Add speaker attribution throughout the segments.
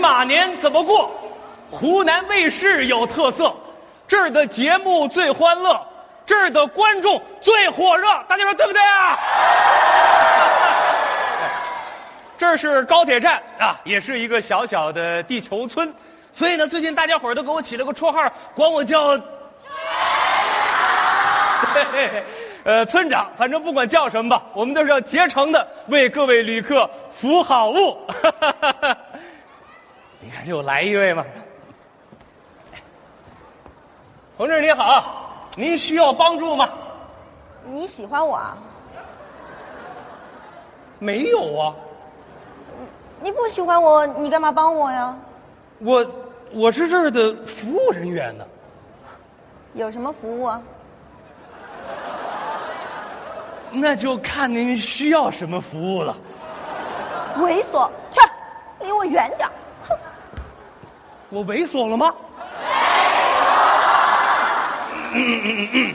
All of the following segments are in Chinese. Speaker 1: 哪年怎么过？湖南卫视有特色，这儿的节目最欢乐，这儿的观众最火热，大家说对不对啊？ 这是高铁站啊，也是一个小小的地球村，所以呢，最近大家伙儿都给我起了个绰号，管我叫， 对，呃，村长，反正不管叫什么吧，我们都是要竭诚的为各位旅客服好 务。你看，又来一位嘛，哎同志你好，您需要帮助吗？
Speaker 2: 你喜欢我啊？
Speaker 1: 没有啊，
Speaker 2: 你不喜欢我，你干嘛帮我呀？
Speaker 1: 我我是这儿的服务人员呢。
Speaker 2: 有什么服务啊？
Speaker 1: 那就看您需要什么服务了。
Speaker 2: 猥琐，去，离我远点儿。
Speaker 1: 我猥琐了吗？嗯你看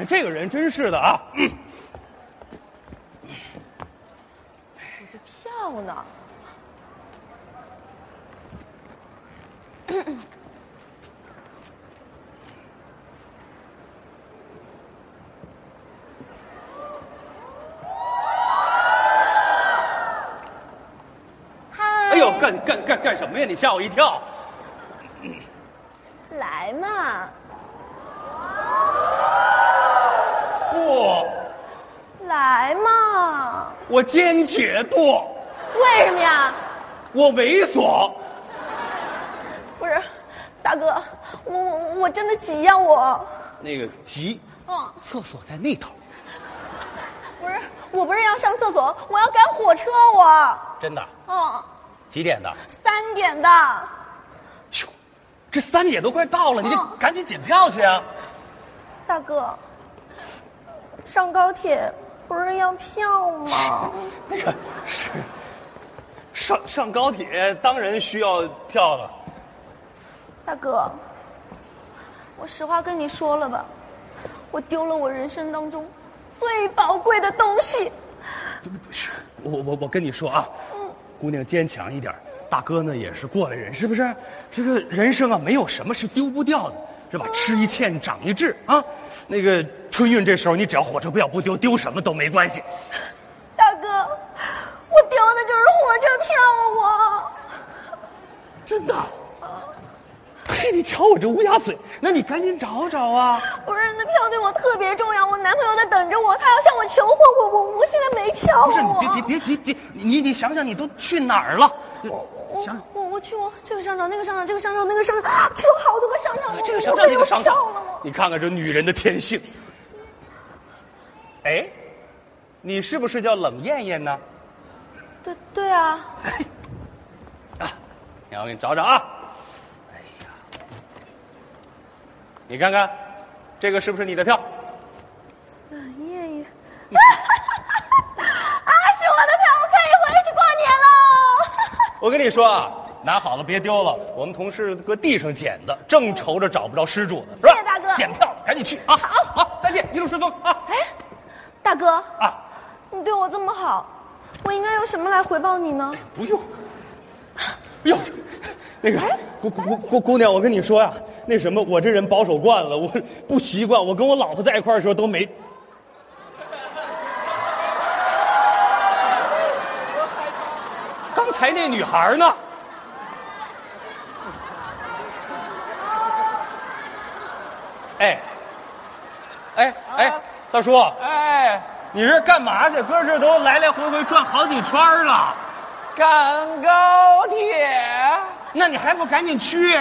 Speaker 1: 哎这个人真是的啊！
Speaker 2: 你的票呢？嗨，
Speaker 1: 哎呦，干干干干什么呀？你吓我一跳！
Speaker 2: 来嘛，
Speaker 1: 不，
Speaker 2: 来嘛，
Speaker 1: 我坚决不，
Speaker 2: 为什么呀？
Speaker 1: 我猥琐。
Speaker 2: 不是，大哥，我我我真的急呀、我。
Speaker 1: 那个急，
Speaker 2: 嗯，
Speaker 1: 厕所在那头，
Speaker 2: 不是，我不是要上厕所，我要赶火车，我。
Speaker 1: 真的？
Speaker 2: 嗯，
Speaker 1: 几点的？
Speaker 2: 三点的。
Speaker 1: 咻，这三点都快到了，你得
Speaker 2: 哦
Speaker 1: 赶紧检票去啊！
Speaker 2: 大哥，上高铁不是要票吗？
Speaker 1: 那个是上上高铁当然需要票了。
Speaker 2: 大哥，我实话跟你说了吧，我丢了我人生当中最宝贵的东西。
Speaker 1: 不是，我我我跟你说啊，姑娘坚强一点儿，大哥呢也是过来人，是不是？这个人生啊，没有什么是丢不掉的，是吧？吃一堑长一智啊。那个春运这时候，你只要火车票不丢，丢什么都没关系。
Speaker 2: 大哥，我丢的就是火车票啊！
Speaker 1: 真的？嘿，你瞧我这乌鸦嘴，那你赶紧找找啊！
Speaker 2: 我不是那票对我特别重要，我男朋友在等着我，他要向我求婚，我我我现在没票啊！
Speaker 1: 不是你别别别急急，你你你想想你都去哪儿了？
Speaker 2: 哦我
Speaker 1: 想
Speaker 2: 我我去过这个商场、那个商场、这个商场、那个商场，去了好多个商哦场，我
Speaker 1: 这个商场那个商场
Speaker 2: 我没有票了，
Speaker 1: 你看看这女人的天性。哎，你是不是叫冷艳艳呢？
Speaker 2: 我对对啊，
Speaker 1: 让我给你找找啊！哎呀，你看看，这个是不是你的票？
Speaker 2: 耶耶！啊，是我的票，我可以回去过年喽！
Speaker 1: 我跟你说啊，拿好了别丢了，我们同事搁地上捡的，正愁着找不着失主呢，是吧？
Speaker 2: 谢谢大哥
Speaker 1: 检票赶紧去啊！好，好，再见，一路顺风啊！
Speaker 2: 大哥，
Speaker 1: 啊，
Speaker 2: 你对我这么好，我应该用什么来回报你呢？
Speaker 1: 不用。哎呦，那个姑姑姑姑娘，我跟你说呀、那什么，我这人保守惯了，我不习惯。我跟我老婆在一块儿的时候都没。刚才那女孩呢？哎，哎哎，大叔，
Speaker 3: 哎，
Speaker 1: 你这干嘛去？哥这都来来回回转好几圈儿了。
Speaker 3: 赶高铁，
Speaker 1: 那你还不赶紧去？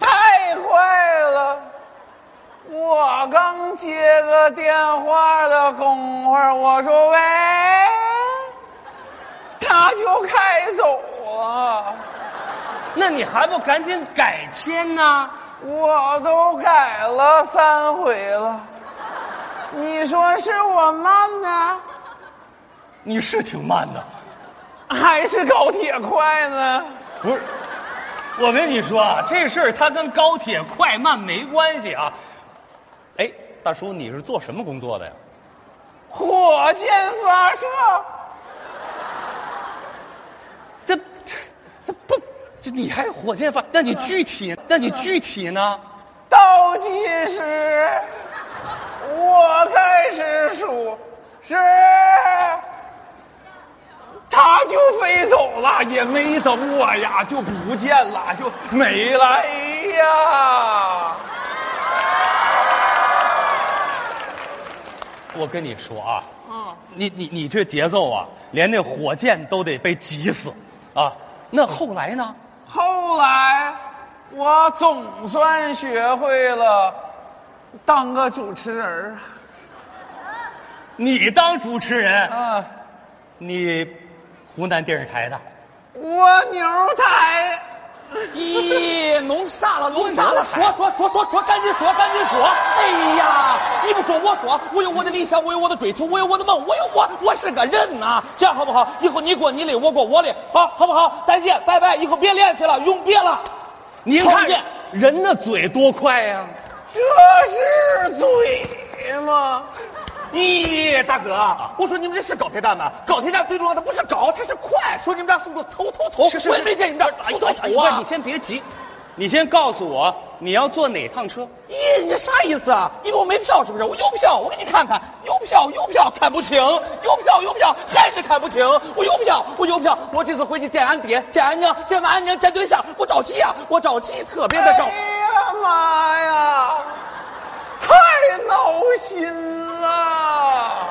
Speaker 3: 太快了！我刚接个电话的功夫儿，我说喂，他就开走啊！
Speaker 1: 那你还不赶紧改签呢？
Speaker 3: 我都改了三回了，你说是我慢呢，
Speaker 1: 你是挺慢的，
Speaker 3: 还是高铁快呢？
Speaker 1: 不是？我跟你说啊，这事儿它跟高铁快慢没关系啊。哎，大叔，你是做什么工作的呀？
Speaker 3: 火箭发射。
Speaker 1: 这这不，这你还火箭发？那你具体，那你具体呢？
Speaker 3: 倒计时，我开始数，是，他就飞走了，也没等我呀，就不见了，就没了。哎呀，
Speaker 1: 我跟你说啊，你你你这节奏啊，连那火箭都得被挤死，啊，那后来呢？
Speaker 3: 后来我总算学会了当个主持人儿
Speaker 1: 你当主持人，
Speaker 3: 啊，
Speaker 1: 你湖南电视台的，
Speaker 3: 蜗牛台。
Speaker 4: 咦，弄啥了？弄啥了？
Speaker 1: 啥
Speaker 4: 说说说说说，赶紧说，赶紧说！哎呀，你不说我说，我有我的理想，我有我的追求，我有我的梦，我有我，我是个人呐、这样好不好？以后你过你的，我过我的，好，好不好？再见，拜拜，以后别联系了，永别了。
Speaker 1: 您
Speaker 4: 讨
Speaker 1: 看
Speaker 4: 厌
Speaker 1: 人的嘴多快呀、
Speaker 3: 这是嘴吗？
Speaker 4: 咦，大哥，我说你们这是高铁站吗？高铁站最重要的不是高，它是快。说你们这速度嗖嗖
Speaker 1: 是
Speaker 4: 嗖，
Speaker 1: 是
Speaker 4: 我也没见你们这嗖嗖
Speaker 1: 哎
Speaker 4: 嗖
Speaker 1: 呀，
Speaker 4: 啊
Speaker 1: 你！先别急，你先告诉我你要坐哪趟车。
Speaker 4: 咦，你这啥意思啊？你给我没票是不是？我有票，我给你看看，有票有票看不清，有票有票还是看不清。我有票，我有票，我这次回去见俺爹，见俺娘，见完俺娘见对象，我着急呀、啊我着急，特别的着。
Speaker 3: 哎呀妈呀，太闹心
Speaker 4: 啊
Speaker 3: 了！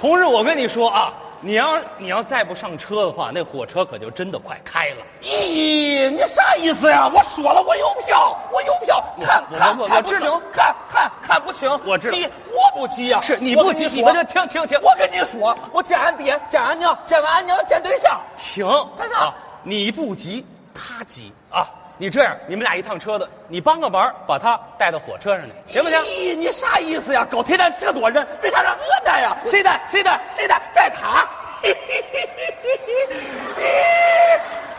Speaker 1: 同志，我跟你说啊，你要你要再不上车的话，那火车可就真的快开了。
Speaker 4: 咦，你啥意思呀、我说了，我有票，我有票，看
Speaker 1: 我
Speaker 4: 看
Speaker 1: 我
Speaker 4: 看
Speaker 1: 我
Speaker 4: 不
Speaker 1: 知
Speaker 4: 清
Speaker 1: 道，
Speaker 4: 看看看不清。
Speaker 1: 我知道
Speaker 4: 急，我不急呀、
Speaker 1: 是你
Speaker 4: 我
Speaker 1: 不
Speaker 4: 跟
Speaker 1: 急，你
Speaker 4: 说
Speaker 1: 跟这停停停，
Speaker 4: 我跟你说，我见俺爹，见俺娘，见完俺娘见对象。
Speaker 1: 停！
Speaker 4: 干啥
Speaker 1: 啊，你不急，他急啊！你这样，你们俩一趟车的，你帮个忙，把他带到火车上去，行不行？
Speaker 4: 咦，你啥意思呀？高铁站这多人，为啥让我带呀？谁带？谁带？谁带？带他！嘿嘿嘿嘿嘿嘿咦，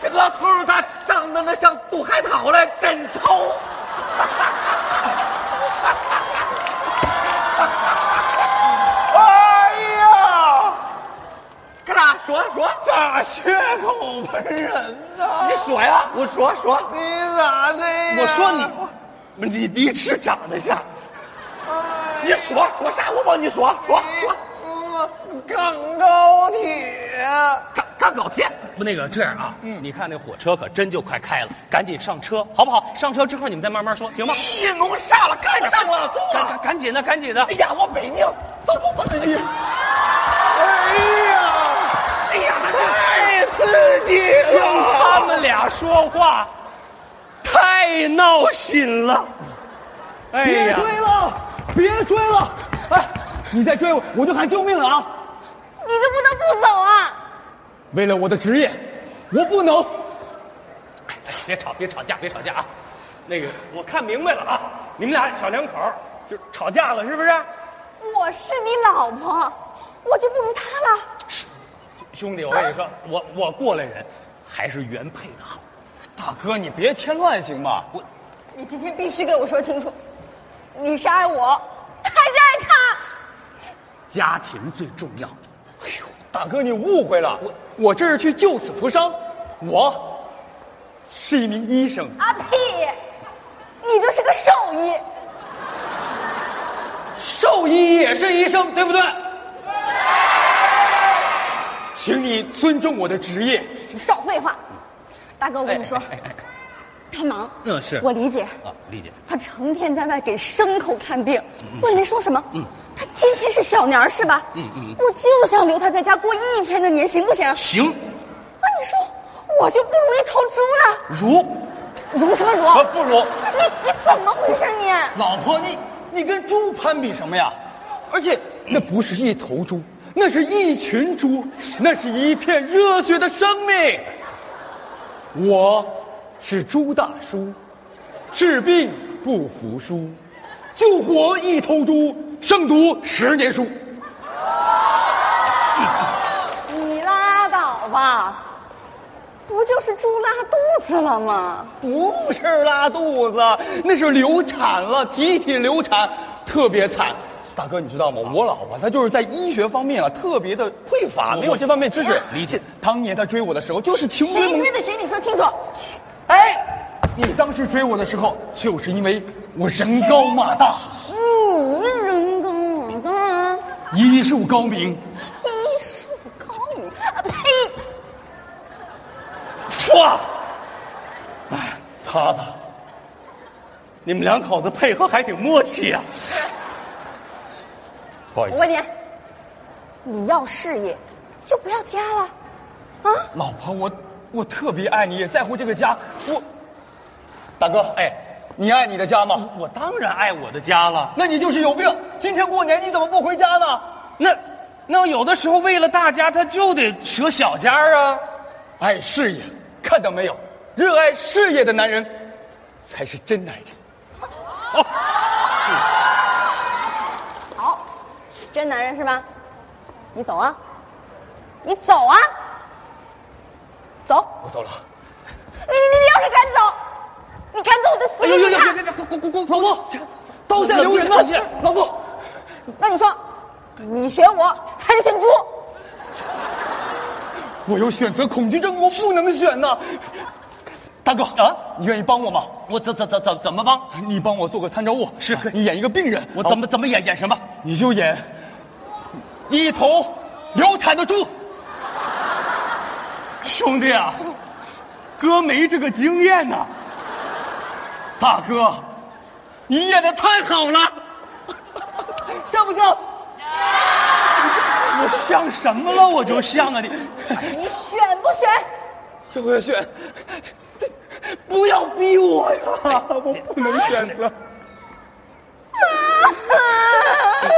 Speaker 4: 这老头儿咋长得那像杜海涛嘞？真丑！
Speaker 3: 哎呀，
Speaker 4: 干啥？说说，
Speaker 3: 咋血口喷人呢？
Speaker 4: 你说呀！我说说，
Speaker 3: 你咋这样？
Speaker 1: 我说你，不是你你是长得像，
Speaker 3: 哎
Speaker 4: 你说说啥？我帮你说说
Speaker 2: 哎
Speaker 4: 说。
Speaker 3: 嗯，赶高铁，
Speaker 4: 赶赶高铁，
Speaker 1: 不那个这样啊，
Speaker 5: 嗯
Speaker 1: 你看那火车可真就快开了，赶紧上车好不好？上车之后你们再慢慢说，行吗？
Speaker 4: 咦，弄啥了？赶上了，走
Speaker 1: 赶
Speaker 4: 了
Speaker 1: 赶。赶紧的，赶紧的
Speaker 4: 哎！呀，我背你，走走走走你。
Speaker 3: 哎呀，
Speaker 4: 哎呀，大哥。
Speaker 3: 太刺激
Speaker 1: 听
Speaker 3: 了！
Speaker 1: 他们俩说话，太闹心了。哎
Speaker 5: 别
Speaker 1: 呀，
Speaker 5: 追了，别追了！哎，你再追我，我就喊救命了啊！
Speaker 2: 你就不能不走啊？
Speaker 5: 为了我的职业，我不能。
Speaker 1: 哎别吵，别吵架，别吵架啊！那个，我看明白了啊，你们俩小两口儿就吵架了，是不是？
Speaker 2: 我是你老婆，我就不如他了。
Speaker 1: 兄弟，我跟你说，我我过来人，还是原配的好。
Speaker 5: 大哥，你别添乱行吗？我
Speaker 2: 你今天必须给我说清楚，你是爱我还是爱他？
Speaker 1: 家庭最重要。哎
Speaker 5: 大哥，你误会了，我我这是去救死扶伤，我是一名医生。
Speaker 2: 啊屁！你就是个兽医，
Speaker 5: 兽医也是医生，对不对？请你尊重我的职业。
Speaker 2: 你少废话。大哥，我跟你说，他忙，
Speaker 1: 嗯是
Speaker 2: 我理解，
Speaker 1: 啊，理解。
Speaker 2: 他成天在外给牲口看病，我也没说什么。他今天是小年儿是吧？嗯嗯，我就想留他在家过一天的年，行不行？啊，
Speaker 1: 行，
Speaker 2: 你说我就不如一头猪呢？
Speaker 1: 如
Speaker 2: 如什么如？
Speaker 5: 啊，不如
Speaker 2: 你你怎么回事你？
Speaker 5: 老婆，你你跟猪攀比什么呀？而且那不是一头猪，那是一群猪，那是一片热血的生命。我是猪大叔，治病不服输，救活一头猪，胜读十年书。
Speaker 2: 你拉倒吧，不就是猪拉肚子了吗？
Speaker 5: 不是拉肚子，那是流产了，集体流产，特别惨。
Speaker 4: 大哥，你知道吗？我老婆她就是在医学方面啊特别的匮
Speaker 5: 啊
Speaker 4: 乏，没有这方面知识。理解。当年她追我的时候，就是穷追
Speaker 2: 谁
Speaker 4: 猛
Speaker 2: 追的谁？你说清楚。
Speaker 4: 哎，你当时追我的时候，就是因为我人高马大，
Speaker 2: 你人高马大，
Speaker 4: 医术高明。
Speaker 2: 医术高明，啊呸！
Speaker 1: 唰！哎，擦擦，你们两口子配合还挺默契啊。
Speaker 4: 不好意
Speaker 2: 我
Speaker 4: 思，
Speaker 2: 问你，你要事业就不要家了，啊？
Speaker 4: 老婆，我我特别爱你，也在乎这个家。我，大哥，哎，你爱你的家吗？
Speaker 1: 我当然爱我的家了。
Speaker 4: 那你就是有病！今天过年你怎么不回家呢？
Speaker 1: 那那有的时候为了大家，他就得舍小家啊。
Speaker 4: 爱事业，看到没有？热爱事业的男人，才是真男人。
Speaker 2: 好，真男人是吧？你走啊，你走啊，走！
Speaker 4: 我走了。
Speaker 2: 你你你要是敢走，你敢走我就死给你看！
Speaker 4: 别！滚滚滚！老婆，这刀下留人呐！老婆，
Speaker 2: 那你说，你选我还是选猪？
Speaker 4: 我有选择恐惧症，我不能选呐。大哥啊，你愿意帮我吗？
Speaker 1: 我怎怎怎怎怎么帮？
Speaker 4: 你帮我做个参照物，是你演一个病人，啊
Speaker 1: 我怎么怎么演演什么？
Speaker 4: 你就演一头流产的猪。
Speaker 1: 兄弟啊，哥没这个经验呐、
Speaker 4: 大哥，你演的太好了，像不像？
Speaker 1: 我像什么了？我就像啊你。
Speaker 2: 你选不选？
Speaker 4: 就会选，不要逼我呀！我不能选择。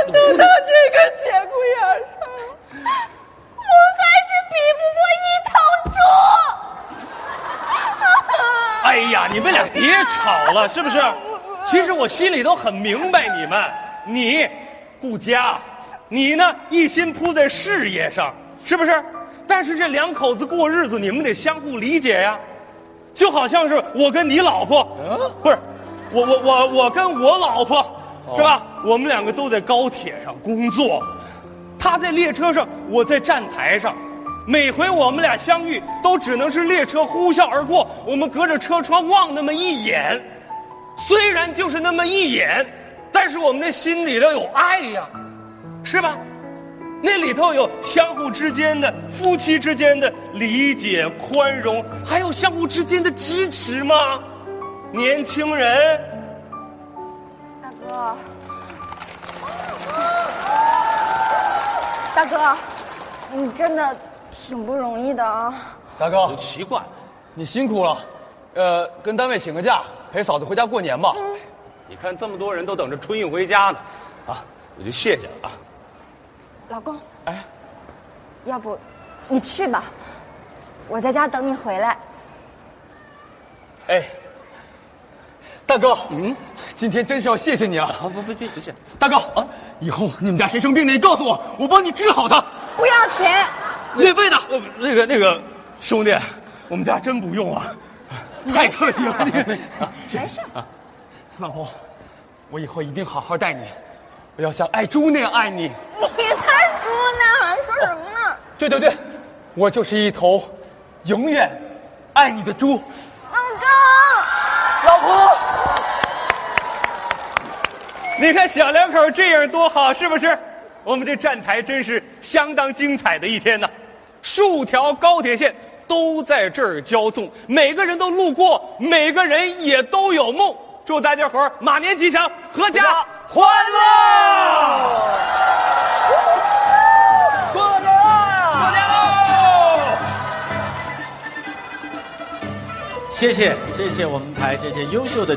Speaker 2: 都到这个节骨眼儿上了，我还是比不过一头猪。
Speaker 1: 哎呀，你们俩别吵了，是不是？其实我心里都很明白你们，你顾家，你呢一心扑在事业上，是不是？但是这两口子过日子，你们得相互理解呀。就好像是我跟你老婆，不是，我我我我跟我老婆，是吧？我们两个都在高铁上工作，他在列车上，我在站台上。每回我们俩相遇，都只能是列车呼啸而过，我们隔着车窗望那么一眼。虽然就是那么一眼，但是我们的心里头有爱呀，是吧？那里头有相互之间的、夫妻之间的理解、宽容，还有相互之间的支持吗？年轻人，
Speaker 2: 大哥，大哥，你真的挺不容易的啊！
Speaker 4: 大哥，
Speaker 1: 奇怪，
Speaker 4: 你辛苦了，呃，跟单位请个假，陪嫂子回家过年吧。
Speaker 1: 你看这么多人都等着春运回家呢，啊，我就谢谢了啊。
Speaker 2: 老公，哎，要不你去吧，我在家等你回来。
Speaker 4: 哎，大哥，嗯，今天真是要谢谢你啊！
Speaker 1: 啊不不不不是，
Speaker 4: 大哥啊，以后你们家谁生病了，你告诉我，我帮你治好他，
Speaker 2: 不要钱，
Speaker 4: 免费的。
Speaker 1: 呃那个那个兄弟，我们家真不用啊，
Speaker 4: 太客 气了，你
Speaker 2: 嗯
Speaker 4: 啊
Speaker 2: 没事。
Speaker 4: 老婆，我以后一定好好待你，我要像爱猪那样爱你。
Speaker 2: 你才猪呢，还说什么呢？
Speaker 4: 对对对，我就是一头永远爱你的猪。
Speaker 2: 老公，
Speaker 4: 老婆，
Speaker 1: 你看小两口这样多好，是不是？我们这站台真是相当精彩的一天呐、数条高铁线都在这儿交纵，每个人都路过，每个人也都有梦。祝大家伙儿马年吉祥，阖家欢乐！
Speaker 4: 过年了！
Speaker 1: 过年喽！
Speaker 6: 谢谢谢谢我们台这些优秀的。